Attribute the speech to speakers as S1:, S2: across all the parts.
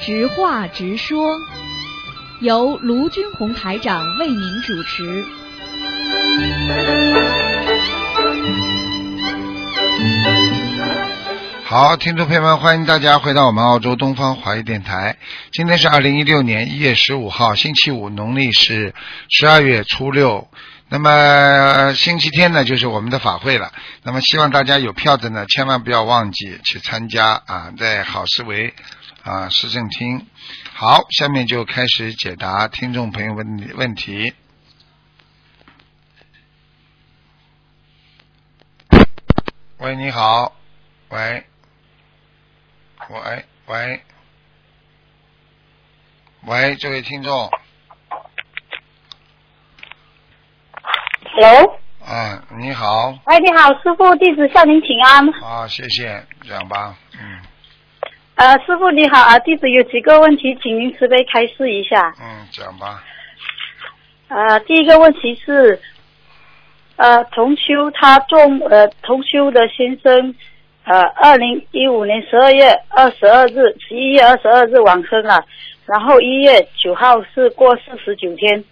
S1: 直话直说，由卢军红台长为您主持。
S2: 好，听众朋友们，欢迎大家回到我们澳洲东方华语电台。今天是二零一六年一月十五号，星期五，农历是十二月初六。那么、呃星期天呢，就是我们的法会了。那么希望大家有票的呢，千万不要忘记去参加啊，在好思维啊市政厅。好，下面就开始解答听众朋友问问题。喂，你好，喂，喂，喂，喂，这位听众，
S3: Hello，
S2: 啊，你好，
S3: 哎，你好，师傅，弟子向您请安。
S2: 啊，谢谢，讲吧，嗯
S3: 呃，师傅你好啊，弟子有几个问题，请您慈悲开示一下。
S2: 嗯，讲吧，
S3: 呃，第一个问题是，呃，同修他中呃同修的先生，呃，二零一五年十二月二十二日，十一月二十二日往生了，然后一月九号是过四十九天，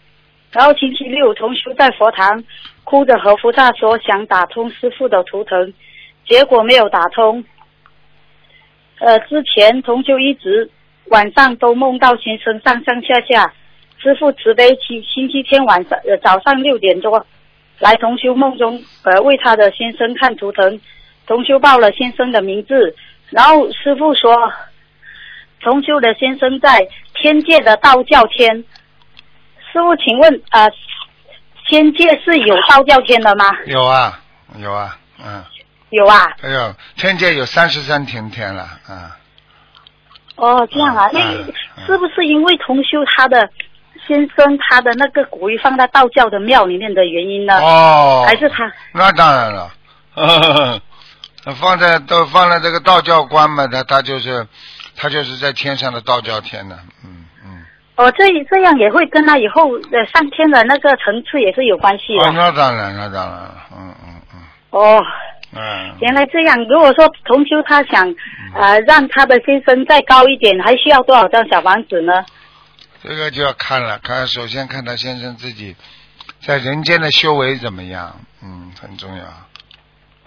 S3: 然后星期六同修在佛堂哭着和菩萨说想打通师傅的图腾，结果没有打通。呃，之前同修一直晚上都梦到先生上上下下，师傅慈悲期，星期天晚上呃早上六点多来同修梦中呃为他的先生看图腾，同修报了先生的名字，然后师傅说，同修的先生在天界的道教天，师傅请问啊、呃天界是有道教天的吗？
S2: 有啊，有啊，嗯，
S3: 有啊，
S2: 哎呦，天界有三十三天天了，嗯。
S3: 哦，这样啊，那
S2: 嗯嗯
S3: 是不是因为同修他的先生他的那个骨灰放在道教的庙里面的原因呢？
S2: 哦，
S3: 呃还是他
S2: 那当然了， 放在都放在这个道教观嘛，他他就是他就是在天上的道教天呢，嗯嗯，
S3: 哦，这这样也会跟他以后呃上天的那个层次也是啊有关系的
S2: 哦，。那当然，那当然了，嗯嗯嗯
S3: 哦，
S2: 嗯，
S3: 原来这样。如果说同修他想呃让他的先生再高一点，还需要多少张小房子呢？
S2: 这个就要看了，看首先看他先生自己在人间的修为怎么样，嗯，很重要，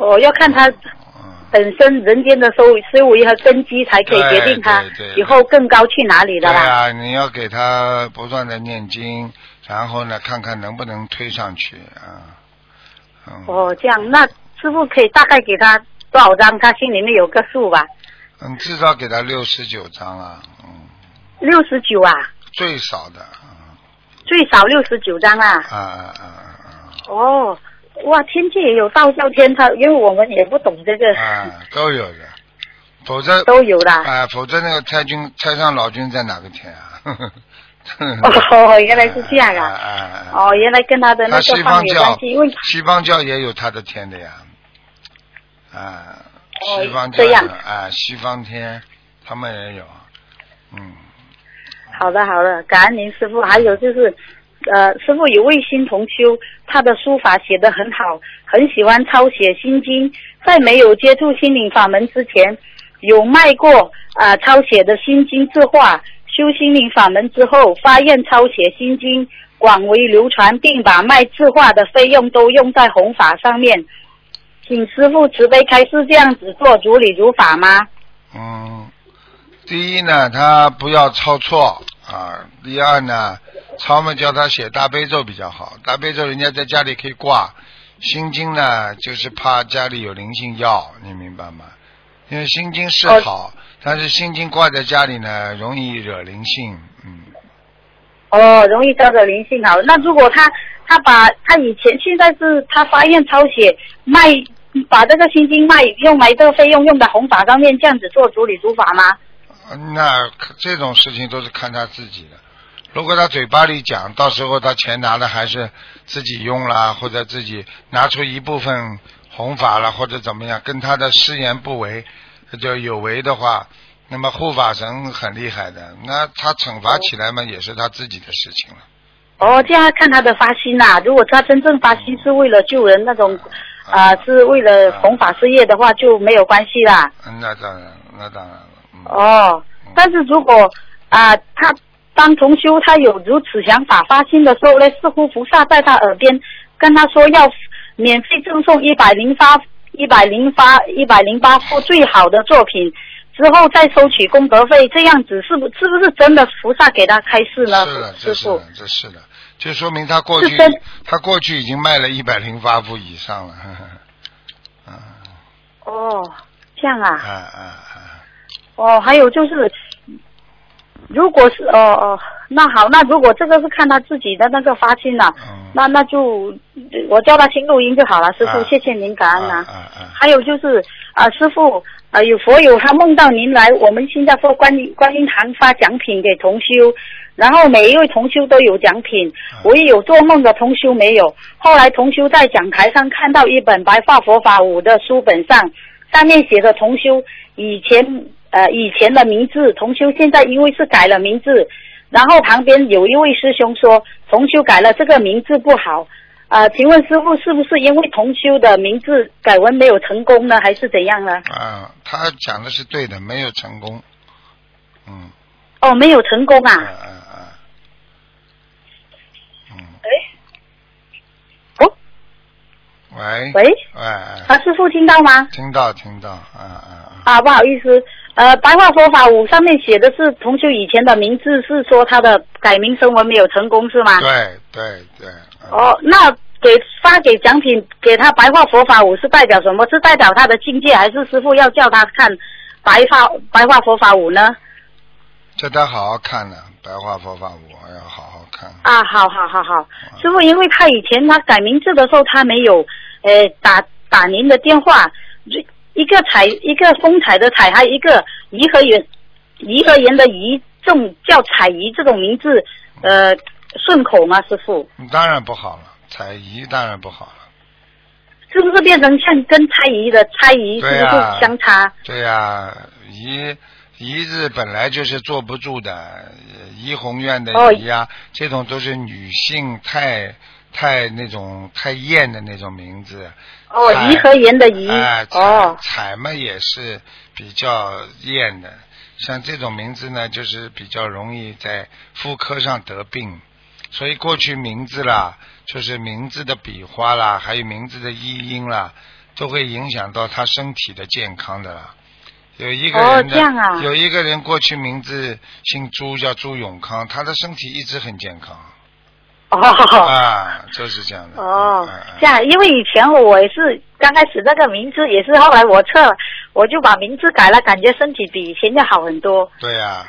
S3: 哦，要看他
S2: 嗯。
S3: 本身人间的收思维和根基，才可以决定他
S2: 对对对
S3: 以后更高去哪里的
S2: 对
S3: 啦。
S2: 啊，你要给他不断的念经，然后呢，看看能不能推上去啊。嗯。
S3: 哦，这样，那师傅可以大概给他多少张？他心里面有个数吧。
S2: 嗯，至少给他六十九张啊，嗯，
S3: 六十九啊，
S2: 最少的啊
S3: 最少六十九张啊。
S2: 啊啊啊
S3: 哦，哇，天界也有道教天他，因为我们也不懂这个，
S2: 啊啊，都有的，否则
S3: 都有的。
S2: 啊，否则那个太君太上老君在哪个天啊？
S3: 哦，原来是这样
S2: 啊
S3: 啊。
S2: 啊啊啊！
S3: 哦，原来跟他的那
S2: 那西
S3: 个方
S2: 方
S3: 面有关
S2: 教
S3: 系，因为
S2: 西方教也有他的天的呀，啊，
S3: 哦
S2: 西方教
S3: 这样
S2: 有啊，西方天他们也有，嗯，
S3: 好的好的，感恩您师傅。还有就是，呃，师傅有位新同修，他的书法写得很好，很喜欢抄写心经。在没有接触心灵法门之前，有卖过啊、呃抄写的心经字画。修心灵法门之后，发愿抄写心经广为流传，并把卖字画的费用都用在弘法上面。请师傅慈悲开示，这样子做如理如法吗？
S2: 嗯，第一呢，他不要抄错啊。第二呢，抄嘛叫他写大悲咒比较好，大悲咒人家在家里可以挂。心经呢，就是怕家里有灵性要，你明白吗？因为心经是
S3: 哦
S2: 好，但是心经挂在家里呢，容易惹灵性。嗯，
S3: 哦，容易招惹灵性好。那如果他他把他以前现在是他发愿抄写卖，把这个心经卖用来这个费用用的弘法上面这样子做主理主法吗？
S2: 那可这种事情都是看他自己的。如果他嘴巴里讲，到时候他钱拿了还是自己用啦，或者自己拿出一部分弘法了，或者怎么样，跟他的誓言不违，就有违的话，那么护法神很厉害的，那他惩罚起来嘛，也是他自己的事情了。
S3: 哦，这样要看他的发心呐、如果他真正发心是为了救人那种，啊、是为了弘法事业的话，就没有关系啦。
S2: 嗯，那当然，那当然了。嗯、
S3: 哦哦，但是如果啊、他当同修他有如此想法发心的时候呢，似乎菩萨在他耳边跟他说要免费赠送一百零八一百零八一百零八幅最好的作品，之后再收取功德费，这样子是不是不是真的菩萨给他开示呢？
S2: 是的，
S3: 师
S2: 这是
S3: 傅
S2: 的，这是的，就说明他过
S3: 是
S2: 去
S3: 真
S2: 他过去已经卖了一百零八幅以上了， 呵呵啊
S3: 哦，这样啊
S2: 啊，啊啊！
S3: 哦，还有就是，如果是哦哦，那好，那如果这个是看他自己的那个发心啊了、
S2: 嗯，
S3: 那那就我叫他听录音就好了，师傅，
S2: 啊
S3: 谢谢您，感恩
S2: 啊
S3: 啊
S2: 啊啊！
S3: 还有就是啊、师傅啊、有佛友他梦到您来我们新加坡观音观音堂发奖品给同修，然后每一位同修都有奖品，我也有做梦的同修没有。后来同修在讲台上看到一本白话佛法五的书本上，上面写着同修以前呃以前的名字，同修现在因为是改了名字，然后旁边有一位师兄说同修改了这个名字不好。啊，请问师傅是不是因为同修的名字改文没有成功呢，还是怎样呢？
S2: 啊，他讲的是对的，没有成功。嗯，
S3: 哦，没有成功
S2: 啊
S3: 啊！
S2: 啊啊！嗯，
S3: 哦，
S2: 喂，
S3: 喂，
S2: 喂，哎
S3: 啊，师傅听到吗？
S2: 听到听到，啊啊啊！
S3: 啊，不好意思，呃，白话佛法五上面写的是同修以前的名字，是说他的改名声纹没有成功是吗？
S2: 对对对，嗯
S3: 哦，那给发给奖品给他白话佛法五是代表什么？是代表他的境界，还是师傅要叫他看白话白话佛法五呢？
S2: 这得好好看呢，白话佛法我要好好看。
S3: 啊，好好好好，师傅，因为他以前他改名字的时候，他没有呃打打您的电话，一一个彩一个风采的采，还有一个颐和园颐和园的颐，这种叫彩颐这种名字，呃，顺口吗？师傅，
S2: 当然不好了，彩仪当然不好了。
S3: 是不是变成像跟猜疑的猜疑是不
S2: 对啊
S3: 是
S2: 呀
S3: 相差？
S2: 对呀、仪仪字本来就是坐不住的，呃怡红院的
S3: 哦
S2: 仪呀、这种都是女性太太那种太艳的那种名字。
S3: 哦，
S2: 彩
S3: 颐和园的颐，
S2: 哎、彩
S3: 哦，
S2: 彩嘛也是比较艳的，像这种名字呢，就是比较容易在妇科上得病，所以过去名字啦，就是名字的笔画啦，还有名字的译音啦，都会影响到他身体的健康的啦。有一个
S3: 哦
S2: 人的、
S3: 这样啊
S2: 有一个人过去名字姓朱，叫朱永康，他的身体一直很健康、
S3: 哦。
S2: 啊，就是这样的。嗯嗯，
S3: 哦
S2: 嗯
S3: 这样，因为以前我也是刚开始那个名字也是，后来我测，我就把名字改了，感觉身体比以前要好很多。
S2: 对呀、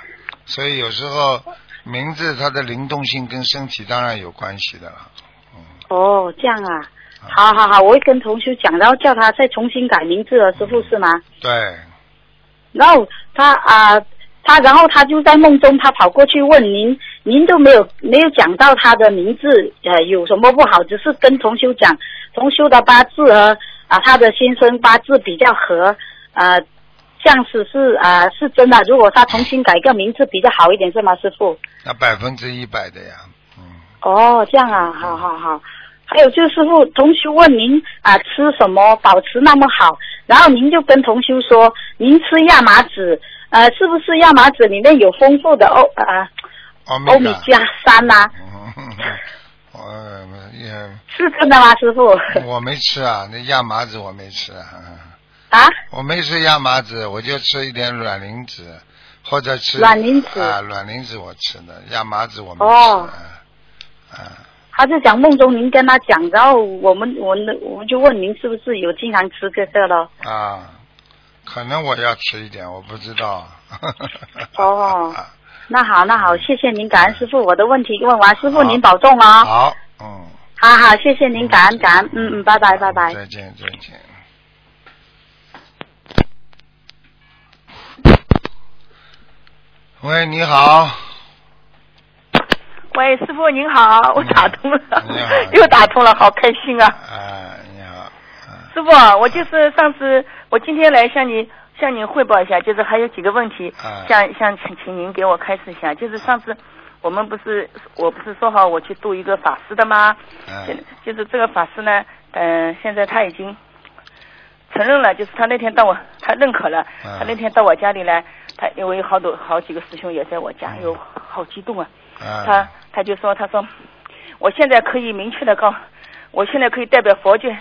S2: 所以有时候名字它的灵动性跟身体当然有关系的了。
S3: 哦，这样啊，好好好，我会跟同修讲，然后叫他再重新改名字了，师傅是吗？
S2: 对，
S3: 然后他啊、他然后他就在梦中，他跑过去问您，您都没有没有讲到他的名字，呃，有什么不好？只是跟同修讲，同修的八字和啊、他的先生八字比较合，啊，这样子是啊、是真的。如果他重新改个名字比较好一点，是吗，师傅？
S2: 那百分之一百的呀，嗯，
S3: 哦，这样啊，好好好。还有就是师傅，同修问您啊、吃什么保持那么好，然后您就跟同修说您吃亚麻籽，呃，是不是亚麻籽里面有丰富的欧啊、
S2: 欧
S3: 欧
S2: 米
S3: 米
S2: 伽。
S3: 伽三呐、
S2: 嗯， 我也
S3: 是真的吗，师傅？
S2: 我没吃啊，那亚麻籽我没吃啊，嗯
S3: 啊，
S2: 我没吃亚麻籽，我就吃一点卵磷脂，或者吃
S3: 卵磷脂
S2: 啊，卵磷脂我吃的，亚麻籽我没
S3: 哦
S2: 吃啊，啊，
S3: 他就讲梦中您跟他讲，然后我们我们我们就问您是不是有经常吃这个了？
S2: 啊，可能我要吃一点，我不知道。
S3: 哦那好，那好，谢谢您，感恩师傅，我的问题问完，师傅您保重啊、哦。
S2: 好，嗯，
S3: 好好，谢谢您，感恩感恩，嗯嗯，拜拜拜拜。
S2: 再见，再见。喂，你好，
S4: 喂，师傅您好，我打通了
S2: 嗯你好，
S4: 又打通了，好开心啊！
S2: 啊，你好，啊，
S4: 师傅啊，我就是上次，我今天来向你向你汇报一下，就是还有几个问题，
S2: 啊
S4: 想想请请您给我开示一下。就是上次我们不是我不是说好我去度一个法师的吗？
S2: 嗯，
S4: 就是这个法师呢，嗯、现在他已经承认了，就是他那天到我，他认可了，
S2: 嗯
S4: 他那天到我家里来，他因为有好多好几个师兄也在我
S2: 嗯
S4: 家，有好激动啊。
S2: 啊
S4: 他他就说，他说，我现在可以明确的告，我现在可以代表佛界，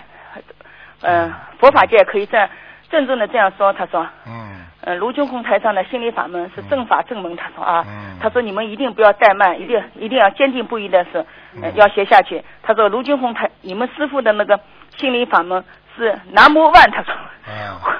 S4: 嗯、佛法界可以这样郑重的这样说，他说，
S2: 嗯
S4: 嗯、卢军红台上的心理法门是正法正门，他说啊，
S2: 嗯
S4: 他说你们一定不要怠慢，一定一定要坚定不移的是，
S2: 嗯
S4: 呃要学下去。他说卢军红台，你们师傅的那个心理法门是南无万，他说。
S2: 啊，哈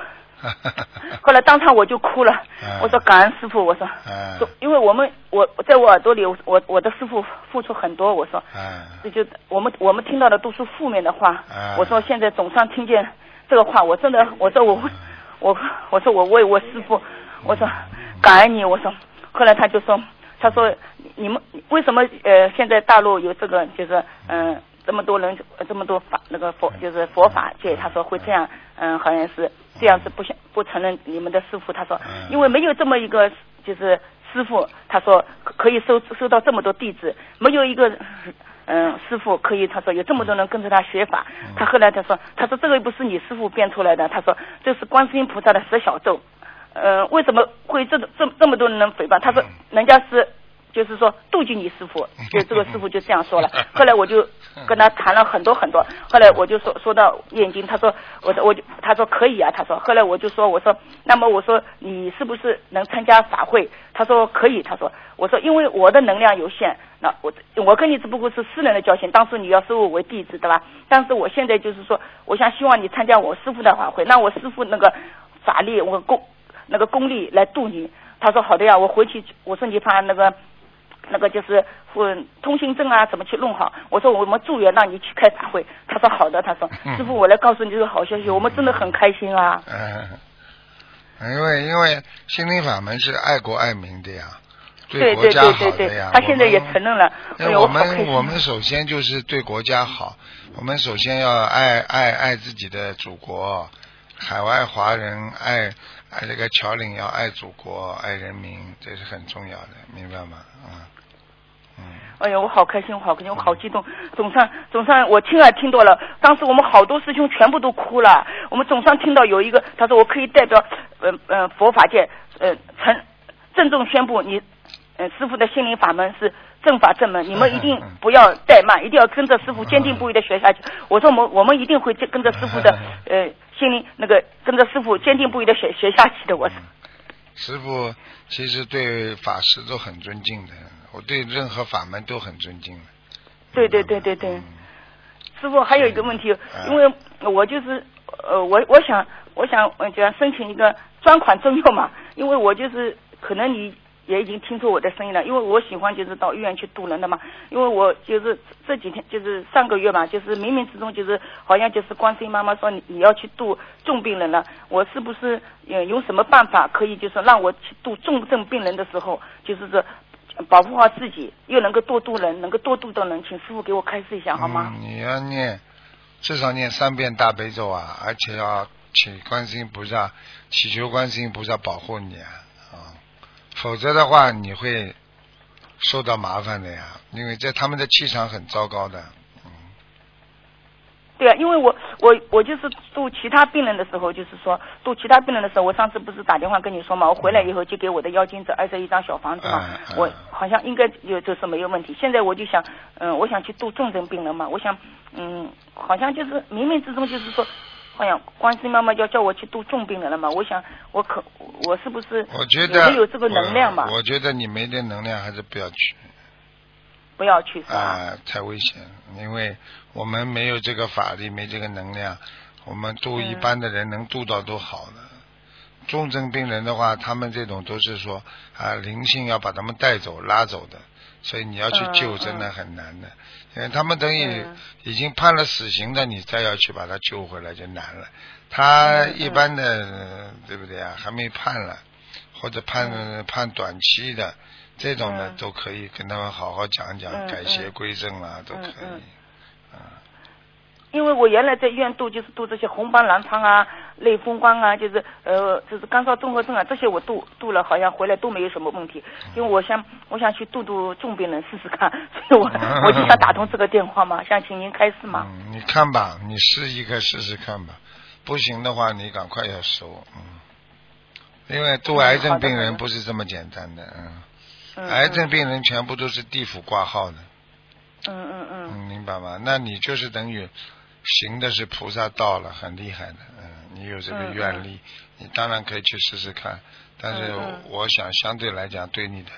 S2: 哈哈哈
S4: 后来当场我就哭了，
S2: 嗯
S4: 我说感恩师傅，我说，
S2: 嗯
S4: 说因为我们我我在我耳朵里，我我我的师傅付出很多，我说，
S2: 啊
S4: 这就我们我们听到的都是负面的话，
S2: 嗯
S4: 我说现在总算听见这个话，我真的我说我
S2: 嗯
S4: 为我我说我为我师傅，我说感恩你，我说，后来他就说，他说你们为什么呃现在大陆有这个就是嗯。这么多人，呃这么多法，那个
S2: 嗯
S4: 佛就是佛法界，他说会这样，嗯，好像是这样是不想不承认你们的师傅，他说
S2: 嗯，
S4: 因为没有这么一个就是师傅，他说可可以收收到这么多弟子，没有一个嗯师傅可以，他说有这么多人跟着他学法，他后来他说，他说这个又不是你师傅编出来的，他说这是观世音菩萨的十小咒，呃，为什么会这种这这么多人诽谤？他说人家是就是说妒忌你师傅，就这个师傅就这样说了。后来我就跟他谈了很多很多，后来我就说说到念经，他说我说我就他说可以啊，他说后来我就说我说那么我说你是不是能参加法会？他说可以，他说我说因为我的能量有限，那我我跟你只不过是私人的交情，当时你要收我为弟子对吧？但是我现在就是说，我想希望你参加我师傅的法会，那我师傅那个法力我功那个功力来度你。他说好的呀，我回去我说你把那个那个就是嗯通行证啊怎么去弄好。我说我们助缘让你去开法会，他说好的，他说师傅我来告诉你这个好消息，我们真的很开心啊。
S2: 嗯，因为因为心灵法门是爱国爱民的呀，
S4: 对
S2: 国
S4: 对
S2: 家
S4: 对
S2: 好
S4: 对
S2: 的
S4: 对
S2: 呀，。
S4: 他现在也
S2: 我们
S4: 承认了，哎
S2: 那
S4: 呦
S2: 我
S4: 好开
S2: 们
S4: 心
S2: 我们首先就是对国家好，我们首先要爱爱爱自己的祖国，海外华人爱爱这个侨领要爱祖国爱人民，这是很重要的，明白吗？啊、嗯，
S4: 哎呀，我好开心，我好开心，我好激动。总算总算，我听啊听到了，当时我们好多师兄全部都哭了。我们总算听到有一个，他说我可以代表，呃呃佛法界，呃承郑重宣布你，呃师傅的心灵法门是正法正门，你们一定不要怠慢，一定要跟着师傅坚定不移的学下去。我说我们我们一定会跟着师傅的呃心灵那个跟着师傅坚定不移的学学下去的。我是
S2: 师傅其实对法师都很尊敬的，我对任何法门都很尊敬的。
S4: 对对对对对。
S2: 嗯
S4: 师傅，还有一个问题
S2: 嗯，
S4: 因为我就是呃，我我想我想呃，就要申请一个专款专用嘛，因为我就是可能你也已经听出我的声音了，因为我喜欢就是到医院去度人的嘛，因为我就是这几天就是上个月嘛，就是冥冥之中就是好像就是观世音妈妈说你你要去度重病人了，我是不是呃有什么办法可以就是让我去度重症病人的时候，就是说保护好自己，又能够多度人，能够多度到人，请师傅给我开示一下好吗？
S2: 嗯？你要念至少念三遍大悲咒啊，而且要请观世音菩萨祈求观世音菩萨保护你啊，啊、否则的话你会受到麻烦的呀，因为在他们的气场很糟糕的。
S4: 对啊，因为我我我就是度其他病人的时候，就是说度其他病人的时候，我上次不是打电话跟你说嘛，我回来以后就给我的妖精者二十一张小房子嘛，
S2: 嗯嗯
S4: 我好像应该有就是没有问题。现在我就想，嗯，我想去度重症病人嘛，我想，嗯，好像就是冥冥之中就是说，好像观世音妈妈要叫我去度重病人了嘛，我想我可我是不是
S2: 我觉得嗯
S4: 有没有这个能量嘛
S2: 我？？我觉得你没这能量还是不要去
S4: 不要去是吧？
S2: 啊、太危险，因为我们没有这个法力，没这个能量，我们度一般的人能度到都好了。重症病人的话，他们这种都是说啊、灵性要把他们带走、拉走的，所以你要去
S4: 嗯
S2: 救真的很难的，因为他们等于
S4: 嗯
S2: 已经判了死刑的，你再要去把他救回来就难了。他一般的、呃对不对啊？还没判了，或者判、判短期的，这种呢、
S4: 嗯
S2: 都可以跟他们好好讲讲，
S4: 嗯
S2: 改邪归正啦，都可以。
S4: 嗯因为我原来在医院度，就是度这些红斑狼疮啊、类风光啊，就是呃，就是干燥综合症啊，这些我度度了，好像回来都没有什么问题。因为我想，我想去度度重病人试试看， 所 以我我就想打通这个电话嘛，想请您开示嘛。
S2: 嗯，你看吧，你试一个试试看吧，不行的话你赶快要收，嗯，因为做癌症病人不是这么简单的，嗯，
S4: 嗯
S2: 癌症病人全部都是地府挂号的，
S4: 嗯嗯嗯
S2: 嗯，明白吗？那你就是等于行的是菩萨道了，很厉害的，嗯，你有这个
S4: 嗯
S2: 愿力，你当然可以去试试看，但是
S4: 嗯嗯
S2: 我想相对来讲对你的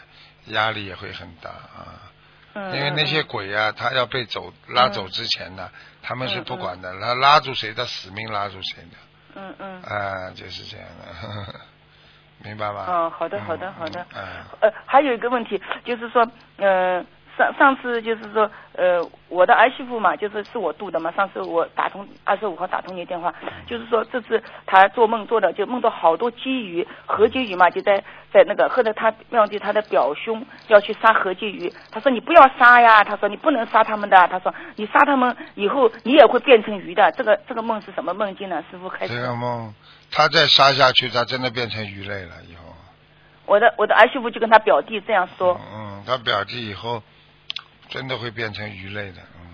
S2: 压力也会很大啊。
S4: 嗯，
S2: 因为那些鬼呀、他要被走拉走之前呢，他们是不管的，他拉住谁，他死命拉住谁的，
S4: 嗯嗯。
S2: 啊，就是这样的， 呵呵明白吗？
S4: 哦好的
S2: 嗯
S4: 好的好的
S2: 嗯啊
S4: 呃，还有一个问题就是说，呃，上上次就是说，呃，我的儿媳妇嘛，就是是我度的嘛。上次我打通二十五号打通你的电话，
S2: 嗯
S4: 就是说这次她做梦做的，就梦到好多鲫鱼，河鲫鱼嘛，就在在那个，后来她妙计她的表兄要去杀河鲫鱼，她说你不要杀呀，她说你不能杀他们的，她说你杀他们以后你也会变成鱼的。这个这个梦是什么梦境呢？师傅开
S2: 这
S4: 始。
S2: 个梦，他再杀下去，他真的变成鱼类了以后。
S4: 我的我的儿媳妇就跟她表弟这样说，
S2: 嗯，他表弟以后真的会变成鱼类的，嗯，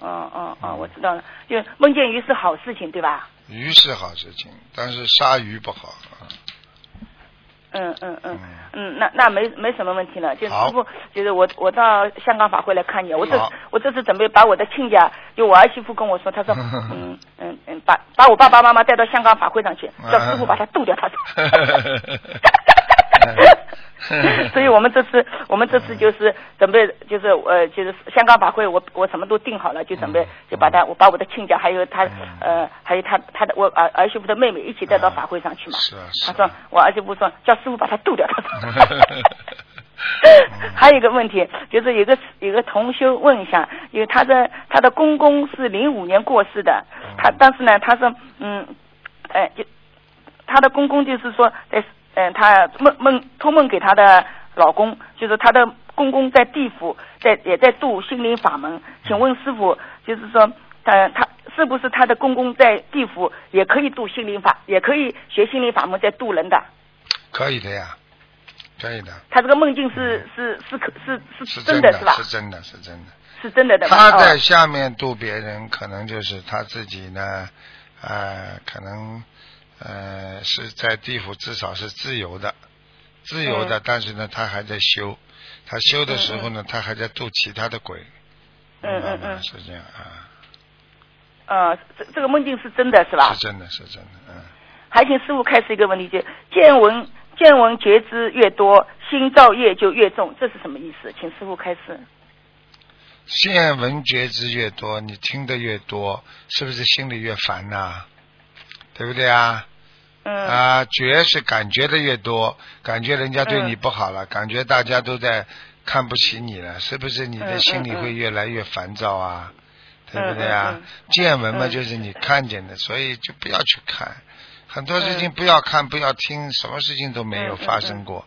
S4: 哦哦哦，我知道了，就梦见鱼是好事情，对吧？
S2: 鱼是好事情，但是杀鱼不好。嗯
S4: 嗯嗯嗯
S2: 嗯
S4: 嗯，那那没没什么问题了，就
S2: 好
S4: 师傅就是我我到香港法会来看你，我这
S2: 好
S4: 我这次准备把我的亲家，就我儿媳妇跟我说，她 说嗯嗯嗯，把把我爸爸妈妈带到香港法会上去，叫师
S2: 嗯
S4: 傅把他渡掉，她说。
S2: 哎
S4: 所以我们这次，我们这次就是准备，就是呃，就是香港法会我，我什么都定好了，就准
S2: 嗯
S4: 备就把他，我把我的亲家，还有他呃，还有他他的我儿儿媳妇的妹妹一起带到法会上去嘛。
S2: 嗯是啊是
S4: 他
S2: 啊
S4: 说我儿媳妇说叫师傅把他 渡掉。他 说还有一个问题，就是有个有个同修问一下，因为他的他的公公是零五年过世的，他但是呢，他说嗯，哎就他的公公就是说在嗯、他梦梦托梦给他的老公，就是他的公公在地府在也在度心灵法门，请问师傅就是说呃他是不是他的公公在地府也可以度心灵法，也可以学心灵法门在度人的？
S2: 可以的呀，可以的，
S4: 他这个梦境是是是可是
S2: 是
S4: 是真
S2: 的
S4: 的，是吧？
S2: 是真的，是真的。
S4: 是真的的吧。
S2: 他
S4: 哦
S2: 在下面渡别人，可能就是他自己呢，呃，可能呃是在地府至少是自由的，自由
S4: 嗯
S2: 的，但是呢，他还在修，他修的时候呢，他还在渡其他的鬼，
S4: 嗯
S2: 明白吗
S4: 嗯嗯
S2: 是这样啊，
S4: 呃，这这个梦境是真的是吧
S2: 是？真的是真的，嗯，
S4: 还请师傅开始一个问题，就见闻见闻觉知越多，心造业就越重，这是什么意思？请师傅开始。
S2: 见闻觉知越多，你听得越多，是不是心里越烦呐、对不对啊？
S4: 嗯、
S2: 啊，觉是感觉的越多，感觉人家对你不好了，
S4: 嗯
S2: 感觉大家都在看不起你了，是不是你的
S4: 嗯
S2: 心里
S4: 嗯嗯
S2: 会越来越烦躁啊？对不对
S4: 嗯
S2: 啊
S4: 嗯嗯？
S2: 见闻嘛，
S4: 嗯
S2: 就是你看见的，所以就不要去看，很多事情不要看，不要听，什么事情都没有
S4: 嗯嗯嗯
S2: 发生过。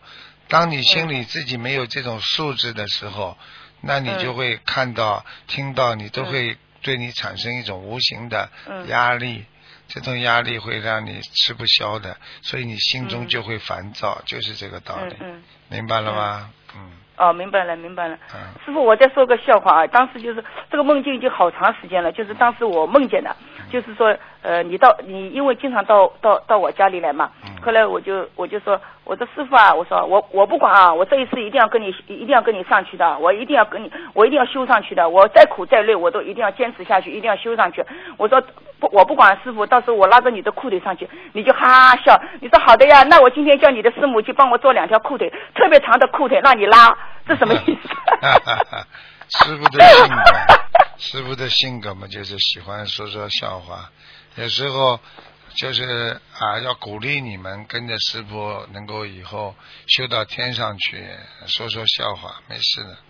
S2: 当你心里自己没有这种素质的时候，那你就
S4: 嗯
S2: 会看到、听到，你都
S4: 嗯
S2: 会对你产生一种无形的
S4: 嗯
S2: 压力。这种压力会让你吃不消的，所以你心中
S4: 嗯
S2: 就会烦躁，就是这个道理
S4: 嗯，嗯，
S2: 明白了吗？嗯
S4: 哦，明白了明白了。
S2: 嗯
S4: 师傅，我再说个笑话啊！当时就是这个梦境已经好长时间了，就是当时我梦见的，就是说，呃，你到你因为经常到到到我家里来嘛，后来我就我就说，我说师傅啊，我说我我不管啊，我这一次一定要跟你一定要跟你上去的，我一定要跟你，我一定要修上去的，我再苦再累我都一定要坚持下去，一定要修上去。我说不，我不管师傅，到时候我拉着你的裤腿上去，你就哈哈笑，你说好的呀，那我今天叫你的师母去帮我做两条裤腿，特别长的裤腿让你拉，这什么意思？
S2: 哈哈哈，嗯 师傅的性格，师傅的性格嘛，就是喜欢说说笑话，有时候就是啊，要鼓励你们跟着师傅能够以后修到天上去，说说笑话，没事的。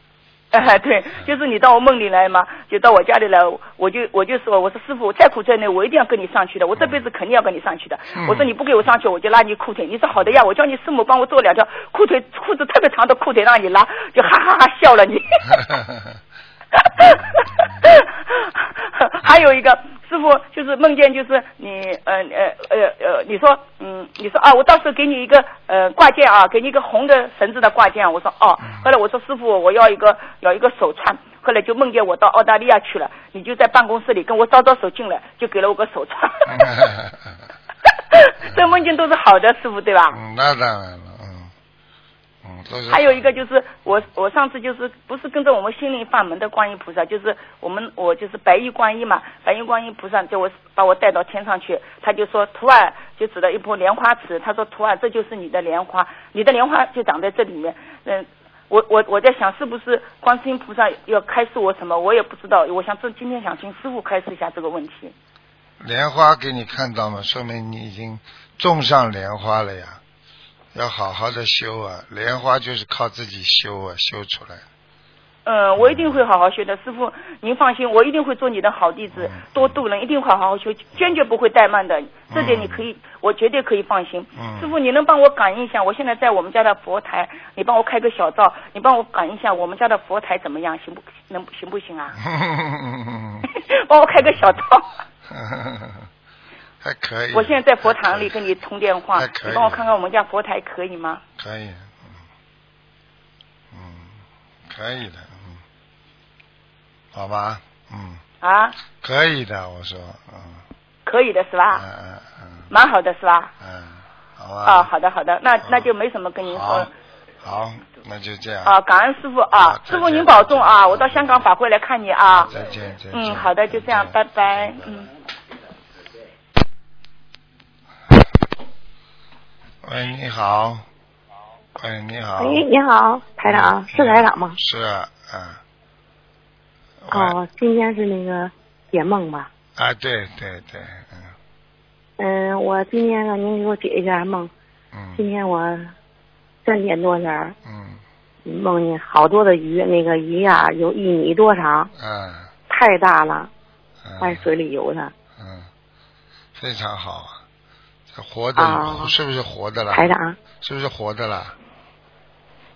S4: 哎， 对，就是你到我梦里来嘛，就到我家里来，我就我就说，我说师傅，我再苦再累，我一定要跟你上去的，我这辈子肯定要跟你上去的。
S2: 嗯
S4: 我说你不给我上去，我就拉你裤腿。你说好的呀，我叫你师母帮我做两条裤腿，裤子特别长的裤腿让你拉，就哈哈哈笑了你。 还有一个师傅就是梦见就是你呃呃呃呃，你说嗯，你说啊，我到时候给你一个呃挂件啊，给你一个红的绳子的挂件啊。我说哦，后来我说师傅，我要一个要一个手串。后来就梦见我到澳大利亚去了，你就在办公室里跟我招招手进来，就给了我个手串。 这梦境都是好的，师傅对吧？
S2: 嗯，那当然了，嗯，嗯，都是。
S4: 啊还有一个就是我我上次就是不是跟着我们心灵法门的观音菩萨，就是我们我就是白衣观音嘛，白衣观音菩萨叫我把我带到天上去，他就说徒儿就指了一部莲花池，他说徒儿这就是你的莲花，你的莲花就长在这里面，嗯。我我我在想，是不是观世音菩萨要开示我什么？我也不知道。我想这今天想请师傅开示一下这个问题。
S2: 莲花给你看到嘛，说明你已经种上莲花了呀，要好好的修啊。莲花就是靠自己修啊，修出来。
S4: 嗯，我一定会好好学的，师傅您放心，我一定会做你的好弟子，
S2: 嗯
S4: 多度人，一定会好好修，坚决不会怠慢的，这点你可以，我绝对可以放心。
S2: 嗯
S4: 师傅，你能帮我感应一下，我现在在我们家的佛台，你帮我开个小灶，你帮我感应一下我们家的佛台怎么样，行不能行不行啊？
S2: 嗯
S4: 帮我开个小灶，
S2: 还可以。
S4: 我现在在佛堂里跟你通电话
S2: 还，可以
S4: 你帮我看看我们家佛台可以吗？
S2: 可以，嗯，嗯，可以的，嗯，好吧，嗯，
S4: 啊，
S2: 可以的，我说，嗯，
S4: 可以的是
S2: 嗯
S4: 吧？
S2: 嗯嗯
S4: 蛮好的是吧？
S2: 嗯，好吧，
S4: 啊，好的好的，那
S2: 嗯
S4: 那就没什么跟您说
S2: 好，。好，那就这样。
S4: 啊，感恩师傅啊
S2: 啊，
S4: 师
S2: 再
S4: 傅
S2: 见
S4: 您保重啊，我到香港法会来看你啊。
S2: 再见，再见。
S4: 嗯，好的，就这样，拜拜，嗯。
S2: 喂，你好。喂，你好。嗯
S5: 喂，哎你好，台长，是台长吗？
S2: 是，嗯。喂。嗯哎
S5: 哦，今天是那个解梦吧？
S2: 啊，对对对，嗯
S5: 嗯，我今天让您给我解一下梦。今
S2: 嗯
S5: 天我三点多前儿
S2: 嗯
S5: 梦见好多的鱼，那个鱼呀、有一米多长，
S2: 嗯
S5: 太大了，
S2: 嗯。
S5: 在水里游的。
S2: 嗯，非常好啊。这活的、
S5: 啊
S2: 是不是活的了？
S5: 台长，
S2: 是不是活的了？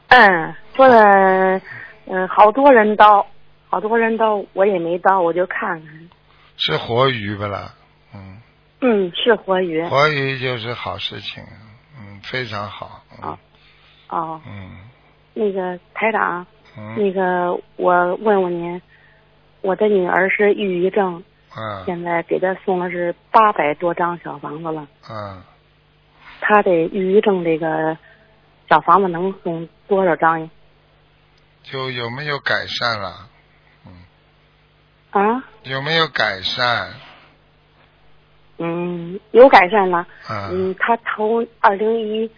S5: 嗯，说的，嗯，好多人叨，好多人叨，我也没叨，我就看看。
S2: 是活鱼不啦？嗯，
S5: 嗯，是活鱼。
S2: 活鱼就是好事情，嗯，非常好，嗯
S5: 啊哦，
S2: 嗯
S5: 那个台长，
S2: 嗯
S5: 那个，我问问您，我的女儿是抑郁症，
S2: 嗯
S5: 现在给她送了是八百多张小房子了。
S2: 嗯，
S5: 她的抑郁症这个小房子能送多少张呀？
S2: 就有没有改善了？嗯
S5: 啊，
S2: 有没有改善？
S5: 嗯，有改善了。
S2: 嗯
S5: 嗯，她头二零一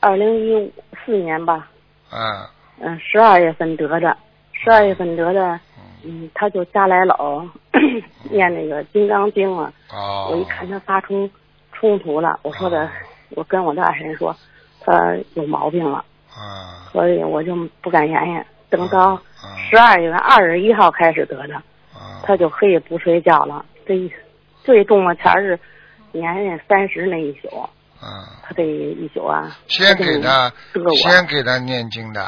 S5: 二零一四年吧，
S2: 嗯
S5: 嗯，十二月份得的，十二月份得的，嗯，她就家来老 念那个金刚经啊。
S2: 哦，
S5: 我一看他发出冲突了，我说的
S2: 啊，
S5: 我跟我的爱人说，他有毛病了，
S2: 啊
S5: 所以我就不敢言言。等
S2: 啊
S5: 到十二月二十一号开始得的，
S2: 啊，
S5: 他就黑夜不睡觉了。这一最重了前是年年三十那一宿，
S2: 嗯，
S5: 他这一宿啊，
S2: 先给他
S5: 这个我
S2: 先给他念经的，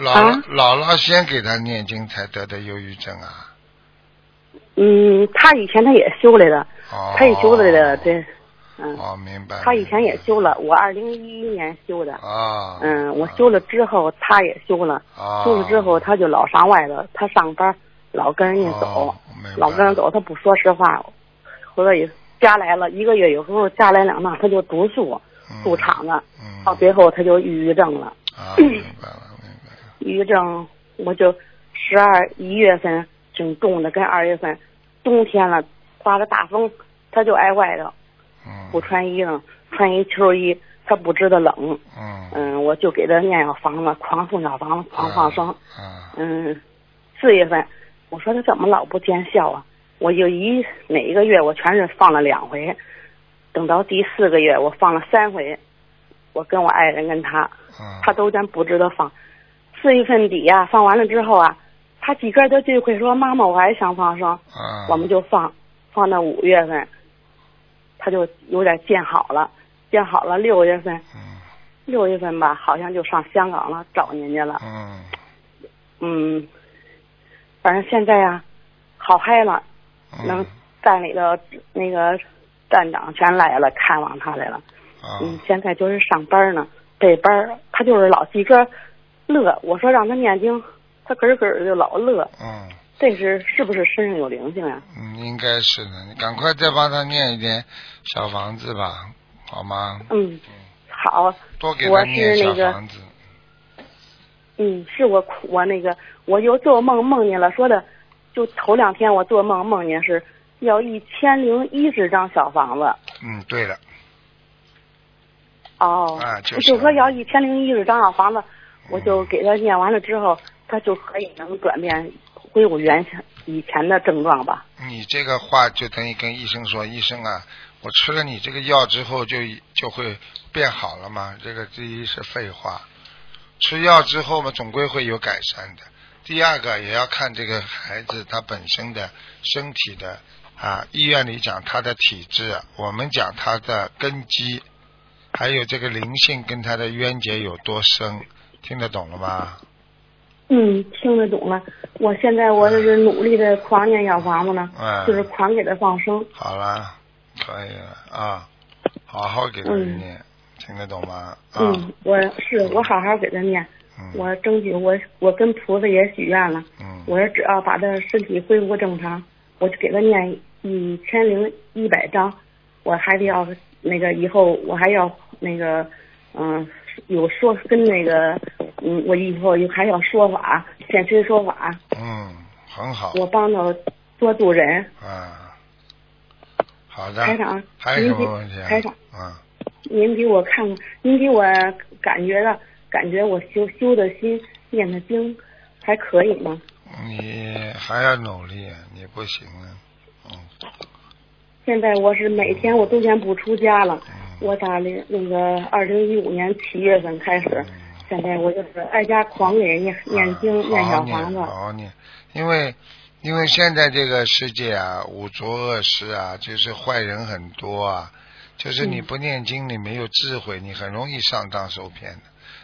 S2: 姥、
S5: 啊
S2: 姥姥先给他念经才得的忧郁症啊。
S5: 嗯，他以前他也修来的，
S2: 哦，
S5: 他也修来的，对，嗯，
S2: 哦，明白。
S5: 他以前也修
S2: 明白
S5: 了，我二零一一年修的，
S2: 啊。
S5: 嗯，我修了之后他也修了。
S2: 啊。
S5: 出去之后，他就老上外头，他上班老跟人家走，
S2: 哦明白
S5: 老跟人走，他不说实话。回来家来了一个月，有时候家来两趟，他就毒素住厂子，
S2: 嗯。嗯。
S5: 到最后他就抑郁症了。
S2: 啊，明白了，明白了。
S5: 抑郁症，我就十二一月份挺重的，跟二月份冬天了，刮着大风，他就挨外头，
S2: 嗯。
S5: 不。穿衣裳，穿一秋衣，他不知道冷。
S2: 嗯。
S5: 嗯，我就给他念小房子，狂送小房子，狂放生。
S2: 啊。
S5: 嗯，四月份，我说他怎么老不见效啊？我有一哪一个月我全是放了两回，等到第四个月我放了三回，我跟我爱人跟他，
S2: 嗯。
S5: 他都咱不知道放。四月份底呀、放完了之后啊，他几个都就会说妈妈我还想放生，
S2: 啊。
S5: 我们就放，放到五月份，他就有点见好了，见好了六月份，
S2: 嗯。
S5: 六月份吧好像就上香港了找您去了。
S2: 嗯。
S5: 嗯，反正现在啊，好嗨了，
S2: 嗯。
S5: 能站里头那个站长全来了，看望他来了。
S2: 啊。
S5: 嗯，现在就是上班呢，这班儿他就是老自个儿乐。我说让他念经，他咯咯就老乐。
S2: 嗯。
S5: 这是是不是身上有灵性呀、
S2: 嗯，应该是的。你赶快再帮他念一点小房子吧，好吗？
S5: 嗯，好，
S2: 多给他
S5: 我是
S2: 念小
S5: 那个
S2: 房子。
S5: 嗯，是我哭我那个我又做梦梦见了，说的就头两天我做梦梦见是要一千零一十张小房子。
S2: 嗯，对了，
S5: 哦，
S2: 啊就是嗯
S5: 我就说要一千零一十张小房子，我就给他念完了之后，他就可以能转变恢复原先以前的症状吧？
S2: 你这个话就等于跟医生说，医生啊，我吃了你这个药之后就就会变好了吗？这个第一是废话，吃药之后嘛，总归会有改善的。第二个也要看这个孩子他本身的身体的啊，医院里讲他的体质，我们讲他的根基，还有这个灵性跟他的冤结有多深，听得懂了吗？
S5: 嗯，听得懂了。我现在我就是努力的狂念小房子呢，
S2: 嗯
S5: 就是狂给他放生。
S2: 好啦，可以了啊，好好给他
S5: 嗯
S2: 念，听得懂吗？啊，
S5: 嗯，我是我好好给他念，
S2: 嗯
S5: 我争取我我跟菩萨也许愿了，
S2: 嗯，
S5: 我说只要把他身体恢复正常，我就给他念一千零一百章，我还得要那个以后我还要那个嗯、有说跟那个嗯我以后还要说法现身说法，
S2: 嗯，很好
S5: 我帮他多度人。
S2: 啊，好的，
S5: 台长，
S2: 还有
S5: 您
S2: 什
S5: 给
S2: 么问题啊？
S5: 台长，
S2: 啊，
S5: 您给我看看，您给我感觉到感觉我修修的心念的经还可以吗？
S2: 你还要努力，啊你不行了，嗯
S5: 现在我是每天我都先不出家了，
S2: 嗯
S5: 我打零那个二零一五年七月份开始，
S2: 嗯
S5: 现在我就是挨家狂给念念经、
S2: 啊
S5: 念
S2: 好好
S5: 小
S2: 念
S5: 房子。
S2: 好好念，因为因为现在这个世界啊，五浊恶世啊，就是坏人很多啊，就是你
S5: 嗯
S2: 不念经，你没有智慧，你很容易上当受骗的。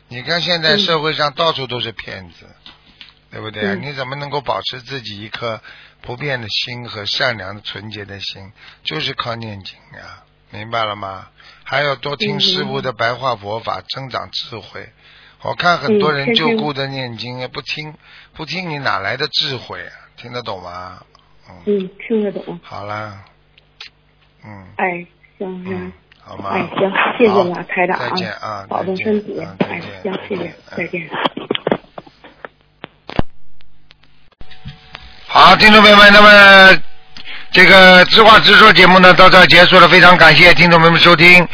S2: 你看现在社会上到处都是骗子，对不对啊？
S5: 嗯
S2: 你怎么能够保持自己一颗不变的心和善良的纯洁的心？就是靠念经啊，明白了吗？还要多听
S5: 嗯
S2: 师傅的白话佛法，增长智慧。我看很多人
S5: 嗯
S2: 就
S5: 天天
S2: 顾着念经，哎不听不听，你哪来的智慧啊？听得懂吗？嗯，
S5: 嗯，听得懂。
S2: 好啦，嗯
S5: 哎，行行
S2: 嗯，，好吗？
S5: 哎行，谢谢了
S2: 好，
S5: 台长
S2: 再见啊，
S5: 保重身
S2: 再
S5: 体
S2: 见啊。再
S5: 哎，
S2: 见，嗯
S5: 行，谢谢，再见。
S2: 好，听众朋友们，那么这个直话直说节目呢到这儿结束了，非常感谢听众朋友们收听。